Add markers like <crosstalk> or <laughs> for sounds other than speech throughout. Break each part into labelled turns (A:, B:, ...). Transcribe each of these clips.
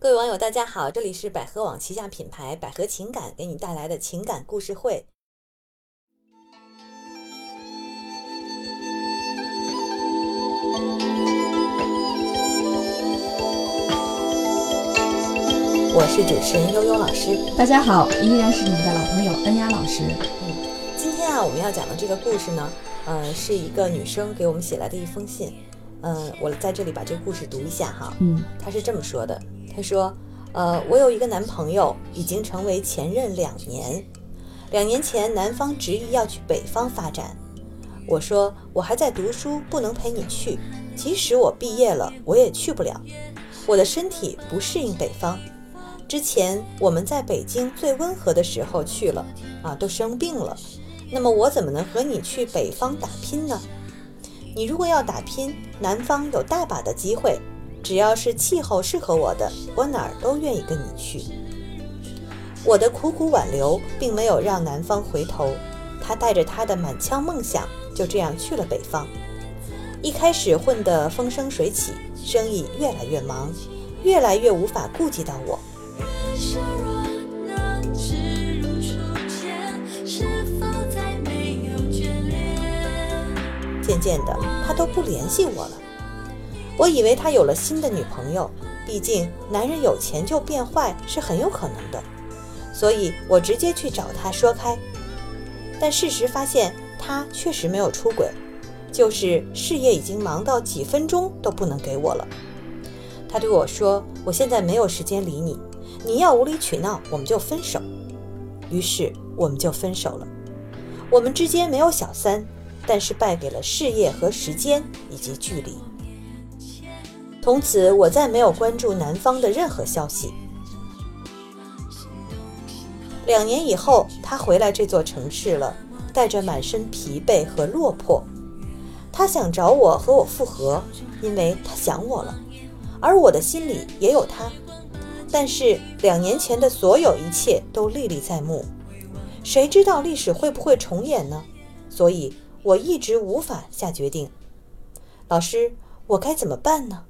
A: 各位网友，大家好，这里是百合网旗下品牌百合情感给你带来的情感故事会。我是主持人悠悠老师。
B: 大家好，依然是你们的老朋友恩雅老师。
A: 今天啊，我们要讲的这个故事呢，呃，是一个女生给我们写来的一封信。呃，我在这里把这个故事读一下哈。
B: 嗯，
A: 她是这么说的：她说，呃，我有一个男朋友，已经成为前任两年。两年前，男方执意要去北方发展，我说我还在读书，不能陪你去。即使我毕业了，我也去不了，我的身体不适应北方。之前我们在北京最温和的时候去了，啊，都生病了。那么我怎么能和你去北方打拼呢？你如果要打拼，南方有大把的机会，只要是气候适合我的，我哪儿都愿意跟你去。我的苦苦挽留并没有让南方回头，他带着他的满腔梦想就这样去了北方。一开始混得风生水起，生意越来越忙，越来越无法顾及到我。
C: 削弱能指路出现，是否再没有眷恋？
A: 渐渐的，他都不联系我了。我以为他有了新的女朋友，毕竟男人有钱就变坏是很有可能的，所以我直接去找他说开。但事实发现，他确实没有出轨，就是事业已经忙到几分钟都不能给我了。他对我说：“我现在没有时间理你，你要无理取闹，我们就分手。”于是我们就分手了。我们之间没有小三，但是败给了事业和时间以及距离。从此，我再没有关注男方的任何消息。两年以后，他回来这座城市了，带着满身疲惫和落魄。他想找我和我复合，因为他想我了，而我的心里也有他。但是两年前的所有一切都历历在目，谁知道历史会不会重演呢？所以我一直无法下决定。老师，我该怎么办呢？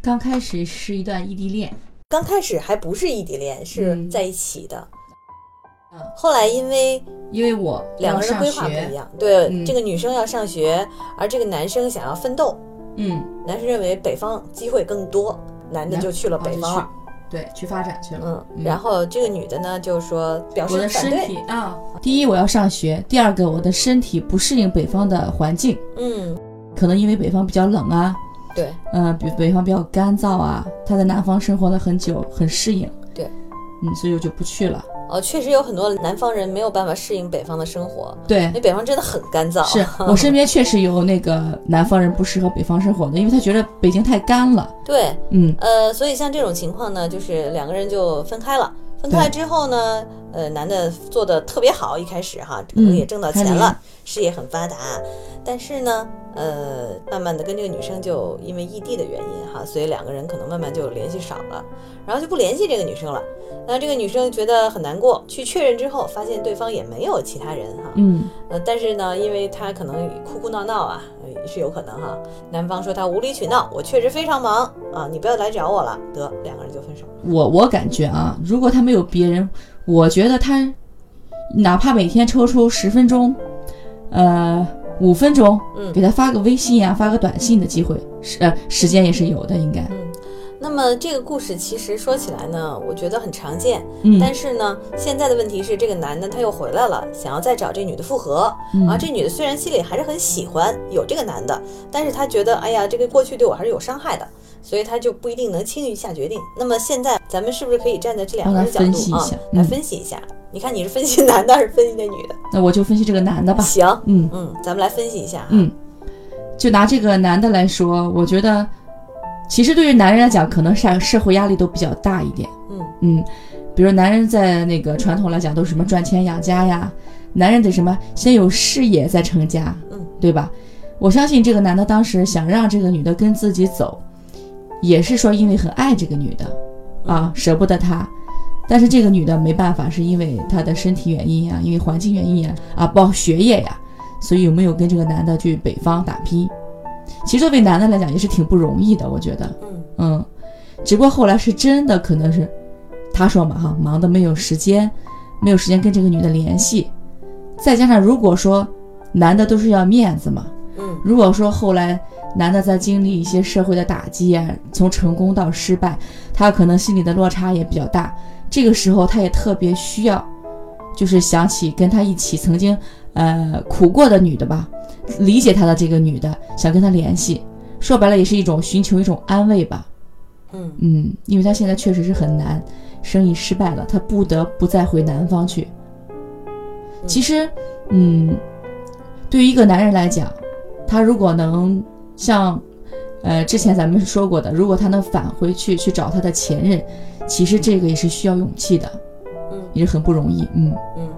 B: 刚开始是一段异地恋，
A: 刚开始还不是异地恋，是
B: 嗯
A: 在一起的。
B: 嗯
A: 后来因为
B: 因为我
A: 两
B: 要
A: 个人
B: 上
A: 规划不
B: 学
A: 一，样，对、
B: 嗯
A: 这个女生要上学，而这个男生想要奋斗，
B: 嗯，
A: 男生认为北方机会更多，男的就去了北方
B: 了
A: 了。，
B: 啊对，去发展去了。
A: 嗯，然后这个女的呢就说表
B: 我
A: 示
B: 的
A: 反
B: 身
A: 对，
B: 体啊，第一我要上学，第二个我的身体不适应北方的环境，
A: 嗯，
B: 可能因为北方比较冷啊，
A: 对
B: 呃，比北方比较干燥啊，他在南方生活了很久，很适应。
A: 对，
B: 嗯，所以我就不去了。
A: 哦，确实有很多南方人没有办法适应北方的生活，
B: 对
A: 因为，北方真的很干燥。 <laughs>
B: 是我身边确实有那个南方人不适合北方生活的，因为他觉得北京太干了。
A: 对，
B: 嗯，
A: 呃，所以像这种情况呢，就是两个人就分开了。分开之后呢，呃，男的做的特别好，一开始哈，可
B: 嗯
A: 能也挣到钱了，事业很发达。但是呢，呃，慢慢的跟这个女生就因为异地的原因哈，所以两个人可能慢慢就联系少了，然后就不联系这个女生了。那这个女生觉得很难过，去确认之后发现对方也没有其他人哈，
B: 嗯，
A: 呃，但是呢，因为他可能哭哭闹闹啊，呃是有可能哈。男方说他无理取闹，我确实非常忙啊，你不要来找我了。得，两个人就分手了。
B: 我我感觉啊，如果他没有别人，我觉得他哪怕每天抽出十分钟，呃，五分钟，
A: 嗯
B: 给他发个微信啊，发个短信的机会，时呃时间也是有的，应该。
A: 嗯那么这个故事其实说起来呢，我觉得很常见，
B: 嗯，
A: 但是呢，现在的问题是这个男的他又回来了，想要再找这女的复合。
B: 嗯
A: 啊，这女的虽然心里还是很喜欢有这个男的，但是她觉得，哎呀，这个过去对我还是有伤害的，所以她就不一定能轻易下决定。那么现在咱们是不是可以站在这两个人的角
B: 帮她分析
A: 度
B: 一
A: 啊
B: 下，
A: 来
B: 嗯
A: 分析一下？你看你是分析男的还是分析那女的？
B: 那我就分析这个男的吧。
A: 行，
B: 嗯
A: 嗯，咱们来分析一下哈。
B: 嗯，就拿这个男的来说，我觉得其实对于男人来讲，可能上社会压力都比较大一点。
A: 嗯
B: 嗯，比如男人在那个传统来讲都是什么赚钱养家呀，男人得什么先有事业再成家，
A: 嗯，
B: 对吧？我相信这个男的当时想让这个女的跟自己走，也是说因为很爱这个女的，
A: 嗯
B: 啊，舍不得她。但是这个女的没办法，是因为她的身体原因呀、因为环境原因呀、啊，包括学业呀、所以有没有跟这个男的去北方打拼？其实作为男的来讲也是挺不容易的，我觉得。
A: 嗯
B: 嗯，只不过后来是真的可能是，他说嘛哈，忙得没有时间，没有时间跟这个女的联系，再加上如果说男的都是要面子嘛，
A: 嗯
B: 如果说后来男的在经历一些社会的打击啊，从成功到失败，他可能心里的落差也比较大。这个时候，他也特别需要，就是想起跟他一起曾经呃苦过的女的吧，理解他的这个女的，想跟他联系。说白了，也是一种寻求一种安慰吧。
A: 嗯
B: 嗯，因为他现在确实是很难，生意失败了，他不得不再回南方去。
A: 嗯
B: 其实，嗯，对于一个男人来讲，他如果能像，呃，之前咱们说过的，如果他能返回去去找他的前任，其实这个也是需要勇气的，
A: 嗯
B: 也是很不容易。嗯
A: 嗯。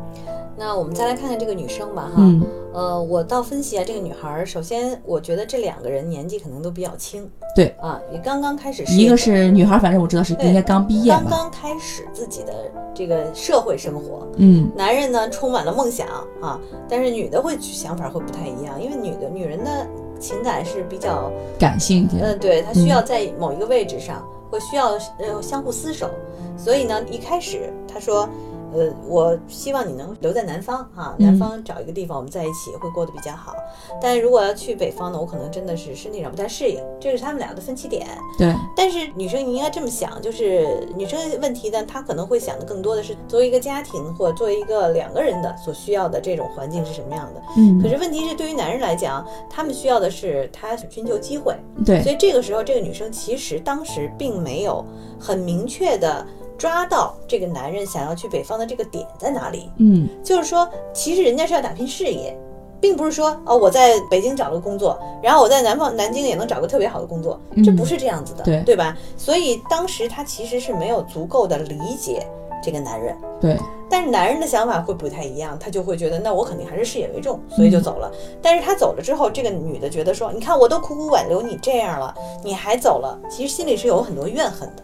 A: 那我们再来看看这个女生吧，哈，
B: 嗯
A: 呃，我倒分析啊，这个女孩儿，首先我觉得这两个人年纪可能都比较轻，
B: 对
A: 啊，也刚刚开始事业，
B: 一个是女孩，反正我知道是
A: 对
B: 应该刚毕业
A: 刚
B: 吧。
A: 刚开始自己的这个社会生活，
B: 嗯
A: 男人呢充满了梦想啊，但是女的会想法会不太一样，因为女的女人的情感是比较，
B: 感性一
A: 嗯、
B: 点。
A: 对，她需要在某一个位置上，会需要呃相互厮守，所以呢，一开始她说。呃，我希望你能留在南方啊，
B: 嗯
A: 南方找一个地方我们在一起会过得比较好。但如果要去北方呢，我可能真的是身体上不太适应，这是他们俩的分歧点。
B: 对，
A: 但是女生你应该这么想，就是女生问题呢，她可能会想的更多的是作为一个家庭或者作为一个两个人的所需要的这种环境是什么样的。
B: 嗯
A: 可，是问题是，对于男人来讲，他们需要的是他寻求机会，所
B: 对，
A: 以这个时候这个女生其实当时并没有很明确的抓到这个男人想要去北方的这个点在哪里。
B: 嗯
A: 就是说，其实人家是要打拼事业，并不是说哦，我在北京找了个工作，然后我在南方南京也能找个特别好的工作，这
B: 嗯
A: 不是这样子的，
B: 对
A: 对吧？所以当时他其实是没有足够的理解这个男人。
B: 对，
A: 但是男人的想法会不太一样，他就会觉得那我肯定还是事业为重，
B: 嗯
A: 所以就走了。但是他走了之后，这个女的觉得说，你看我都苦苦挽留你这样了，你还走了，其实心里是有很多怨恨的。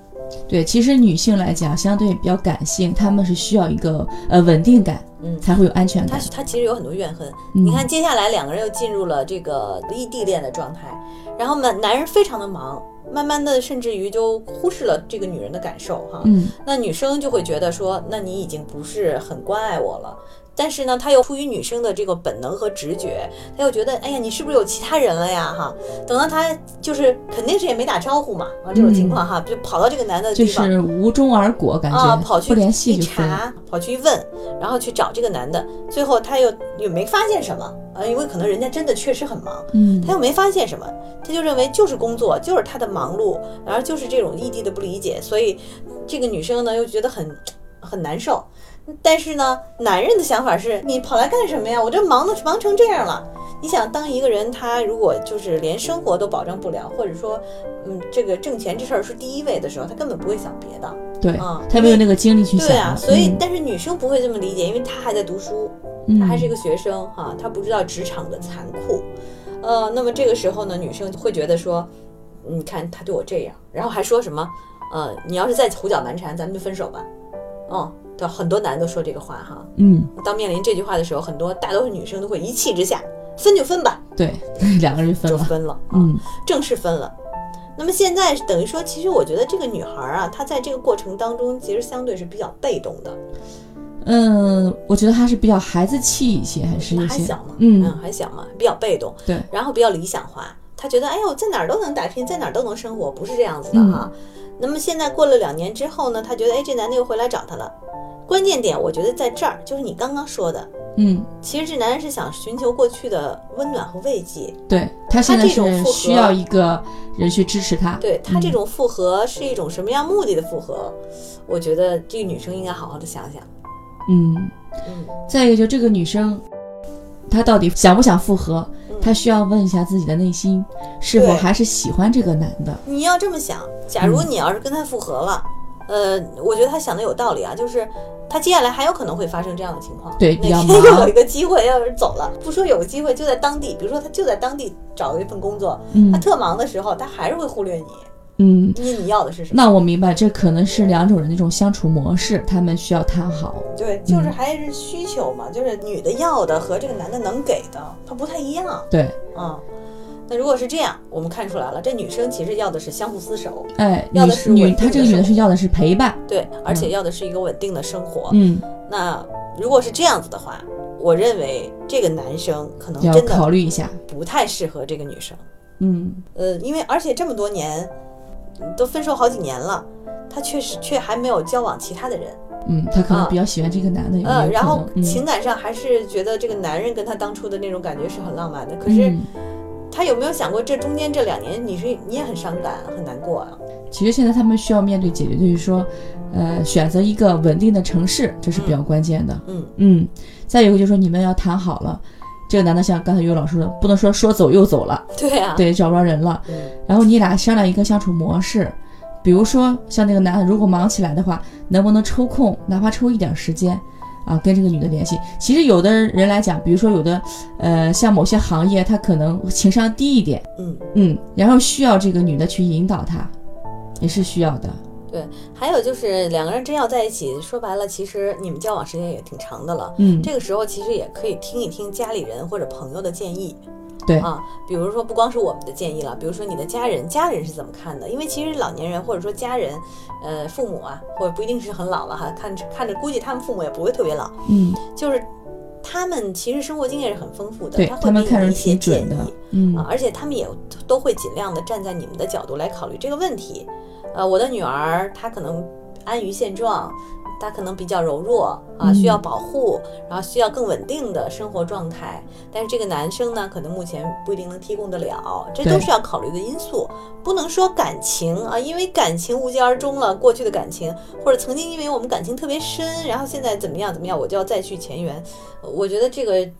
B: 对，其实女性来讲，相对比较感性，她们是需要一个呃稳定感，
A: 嗯
B: 才会有安全
A: 他
B: 感。
A: 他其实有很多怨恨。
B: 嗯
A: 你看，接下来两个人又进入了这个异地恋的状态，然后呢，男人非常的忙，慢慢的甚至于就忽视了这个女人的感受哈。
B: 嗯，
A: 那女生就会觉得说，那你已经不是很关爱我了。但是呢，她又出于女生的这个本能和直觉，她又觉得，哎呀，你是不是有其他人了呀？哈，等到她就是肯定是也没打招呼嘛，啊，这种情况哈，就跑到这个男的地
B: 嗯就
A: 方，
B: 是无中而果，感觉、
A: 啊，跑去
B: 不联系
A: 一
B: 就分了。
A: 查，跑去一问，然后去找这个男的，最后他又也没发现什么啊，因为可能人家真的确实很忙，
B: 嗯
A: 他又没发现什么，他就认为就是工作，就是他的忙碌，然后就是这种异地的不理解，所以这个女生呢又觉得很很难受。但是呢，男人的想法是你跑来干什么呀？我这忙的忙成这样了。你想，当一个人他如果就是连生活都保障不了，或者说，嗯，这个挣钱这事儿是第一位的时候，他根本不会想别的。
B: 对
A: 啊，
B: 他没有那个精力去想。
A: 对啊，所以、
B: 嗯
A: 但是女生不会这么理解，因为她还在读书，
B: 嗯、
A: 她还是一个学生哈、她不知道职场的残酷。呃，那么这个时候呢，女生就会觉得说，嗯你看他对我这样，然后还说什么，呃，你要是再胡搅蛮缠，咱们就分手吧。哦，对，很多男的说这个话哈。
B: 嗯，
A: 当面临这句话的时候，很多大多数女生都会一气之下，分就分吧，
B: 对， <laughs> 两个人分
A: 就
B: 了。
A: 分了。啊
B: 嗯，
A: 正式分了。那么现在等于说，其实我觉得这个女孩儿啊，她在这个过程当中，其实相对是比较被动的。
B: 嗯，我觉得还是比较孩子气一些，还是有
A: 还
B: 些
A: 小嘛，
B: 嗯
A: 还小嘛，比较被动，
B: 对，
A: 然后比较理想化。他觉得，哎呀，我在哪儿都能打拼，在哪儿都能生活，不是这样子的
B: 嗯
A: 哈。那么现在过了两年之后呢，他觉得，哎，这男的又回来找他了。关键点，我觉得在这儿，就是你刚刚说的，
B: 嗯，
A: 其实这男人是想寻求过去的温暖和慰藉，
B: 对他现在
A: 这种
B: 是
A: 复合
B: 需要一个人去支持他。
A: 对他这
B: 嗯
A: 种复合是一种什么样目的的复合？我觉得这个女生应该好好的想想。
B: 嗯，
A: 嗯
B: 再一个就这个女生，她到底想不想复合
A: 嗯？
B: 她需要问一下自己的内心，是否
A: 对
B: 还是喜欢这个男的？
A: 你要这么想，假如
B: 嗯
A: 你要是跟他复合了，呃，我觉得他想的有道理啊，就是他接下来还有可能会发生这样的情况。
B: 对比
A: 哪
B: 较
A: 天又 <laughs> 有
B: 忙
A: 一个机会，要是走了，不说有个机会，就在当地，比如说他就在当地找了一份工作，
B: 嗯
A: 他特忙的时候，他还是会忽略你。
B: 嗯，
A: 因为你要的是什么？
B: 那我明白，这可能是两种人的一种相处模式，他们需要谈好。
A: 对，
B: 嗯
A: 就是还是需求嘛，就是女的要的和这个男的能给的，他不太一样。
B: 对，
A: 啊，那如果是这样，我们看出来了，这女生其实要的是相互厮守，
B: 哎，
A: 要的是
B: 女
A: 稳
B: 女，
A: 定
B: 她这
A: 的
B: 个女的
A: 生哦
B: 是要的是陪伴，
A: 对，而且要的是一个稳定的生活。
B: 嗯，
A: 那如果是这样子的话，我认为这个男生可能
B: 要
A: 真
B: 考
A: 的
B: 虑一下，
A: 不太适合这个女生。
B: 嗯，
A: 呃，因为而且这么多年，嗯都分手好几年了，他确实却还没有交往其他的人，
B: 嗯，她可能
A: 啊
B: 比较喜欢这个嗯男的，有没
A: 呃，
B: 有
A: 然
B: 可
A: 后
B: 能
A: 情感上还是觉得这个男人跟他当初的那种感觉是很浪漫的。可是
B: 嗯
A: 他有没有想过，这中间这两年你是你也很伤感、很难过啊？
B: 其实现在他们需要面对解决，就是说，呃，选择一个稳定的城市，这是比较关键的。
A: 嗯
B: 嗯，再有一个就是说你们要谈好了，这个男的像刚才有老师说的，不能说说走又走了，
A: 对啊，
B: 对，找不着人了。
A: 嗯
B: 然后你俩商量一个相处模式，比如说像那个男的如果忙起来的话，能不能抽空，哪怕抽一点时间。啊，跟这个女的联系。其实有的人来讲，比如说有的，呃，像某些行业，他可能情商低一点，
A: 嗯。
B: 嗯，然后需要这个女的去引导他，也是需要的。
A: 还有就是两个人真要在一起，说白了，其实你们交往时间也挺长的了。
B: 嗯，
A: 这个时候其实也可以听一听家里人或者朋友的建议。
B: 对
A: 啊，比如说不光是我们的建议了，比如说你的家人，家人是怎么看的？因为其实老年人或者说家人，呃，父母啊，或者不一定是很老了哈，看着看着，估计他们父母也不会特别老，
B: 嗯，
A: 就是他们其实生活经验是很丰富的，
B: 对
A: 会
B: 他们
A: 给
B: 看
A: 你
B: 人
A: 一些
B: 挺
A: 建
B: 准
A: 议
B: 的。嗯
A: 啊，而且他们也都会尽量的站在你们的角度来考虑这个问题。呃，我的女儿她可能安于现状，她可能比较柔弱啊，需要
B: 嗯
A: 保护，然后需要更稳定的生活状态。但是这个男生呢，可能目前不一定能提供得了，这都
B: 对
A: 是要考虑的因素。不能说感情啊，因为感情无疾而终了，过去的感情或者曾经因为我们感情特别深，然后现在怎么样怎么样，我就要再续前缘。我觉得这个呃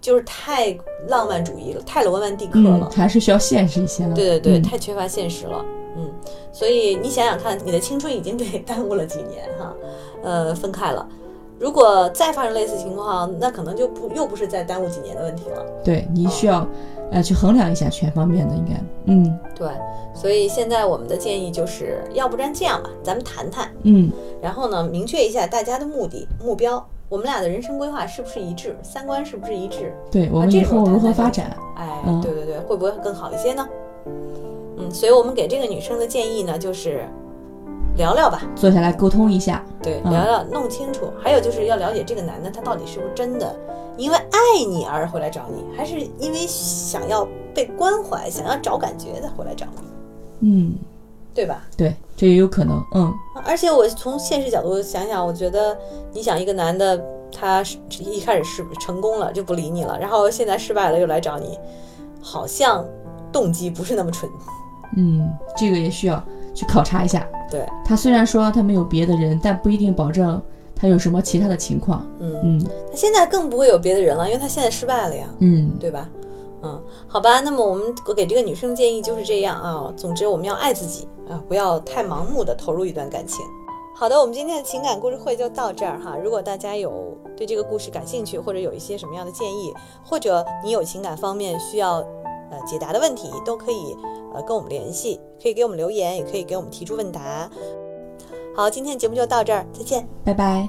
A: 就是太浪漫主义了，太罗曼蒂克了。
B: 嗯，还是需要现实一些了。
A: 对对对，
B: 嗯
A: 太缺乏现实了。嗯，所以你想想看，你的青春已经被 <laughs> 耽误了几年哈，呃，分开了。如果再发生类似情况，那可能就不又不是再耽误几年的问题了。
B: 对你需要，呃，去衡量一下全方面的，应该，嗯
A: 对，所以现在我们的建议就是，要不然这样吧，咱们谈谈，
B: 嗯，
A: 然后呢，明确一下大家的目的目标，我们俩的人生规划是不是一致，三观是不是一致？
B: 对我
A: 啊
B: 们
A: 这
B: 以
A: 种
B: 后
A: 谈
B: 如何
A: 谈
B: 发
A: 就
B: 展？
A: 哎，
B: 嗯
A: 对对对，会不会更好一些呢？嗯，所以我们给这个女生的建议呢，就是聊聊吧，
B: 坐下来沟通一下。
A: 对，
B: 嗯
A: 聊聊弄清楚，还有就是要了解这个男的他到底是不是真的因为爱你而回来找你，还是因为想要被关怀、想要找感觉才回来找你，
B: 嗯，
A: 对吧？
B: 对，这也有可能。嗯，
A: 而且我从现实角度想想，我觉得你想一个男的，他是一开始是成功了就不理你了，然后现在失败了又来找你，好像动机不是那么纯。
B: 嗯，这个也需要去考察一下。
A: 对，
B: 他虽然说他没有别的人，但不一定保证他有什么其他的情况。
A: 嗯，
B: 嗯
A: 他现在更不会有别的人了，因为他现在失败了呀。
B: 嗯，
A: 对吧？嗯，好吧，那么我们我给这个女生建议就是这样啊。总之，我们要爱自己啊，不要太盲目的投入一段感情。好的，我们今天的情感故事会就到这儿哈。如果大家有对这个故事感兴趣，或者有一些什么样的建议，或者你有情感方面需要呃解答的问题，都可以呃跟我们联系，可以给我们留言，也可以给我们提出问答。好，今天节目就到这儿，再见。
B: 拜拜。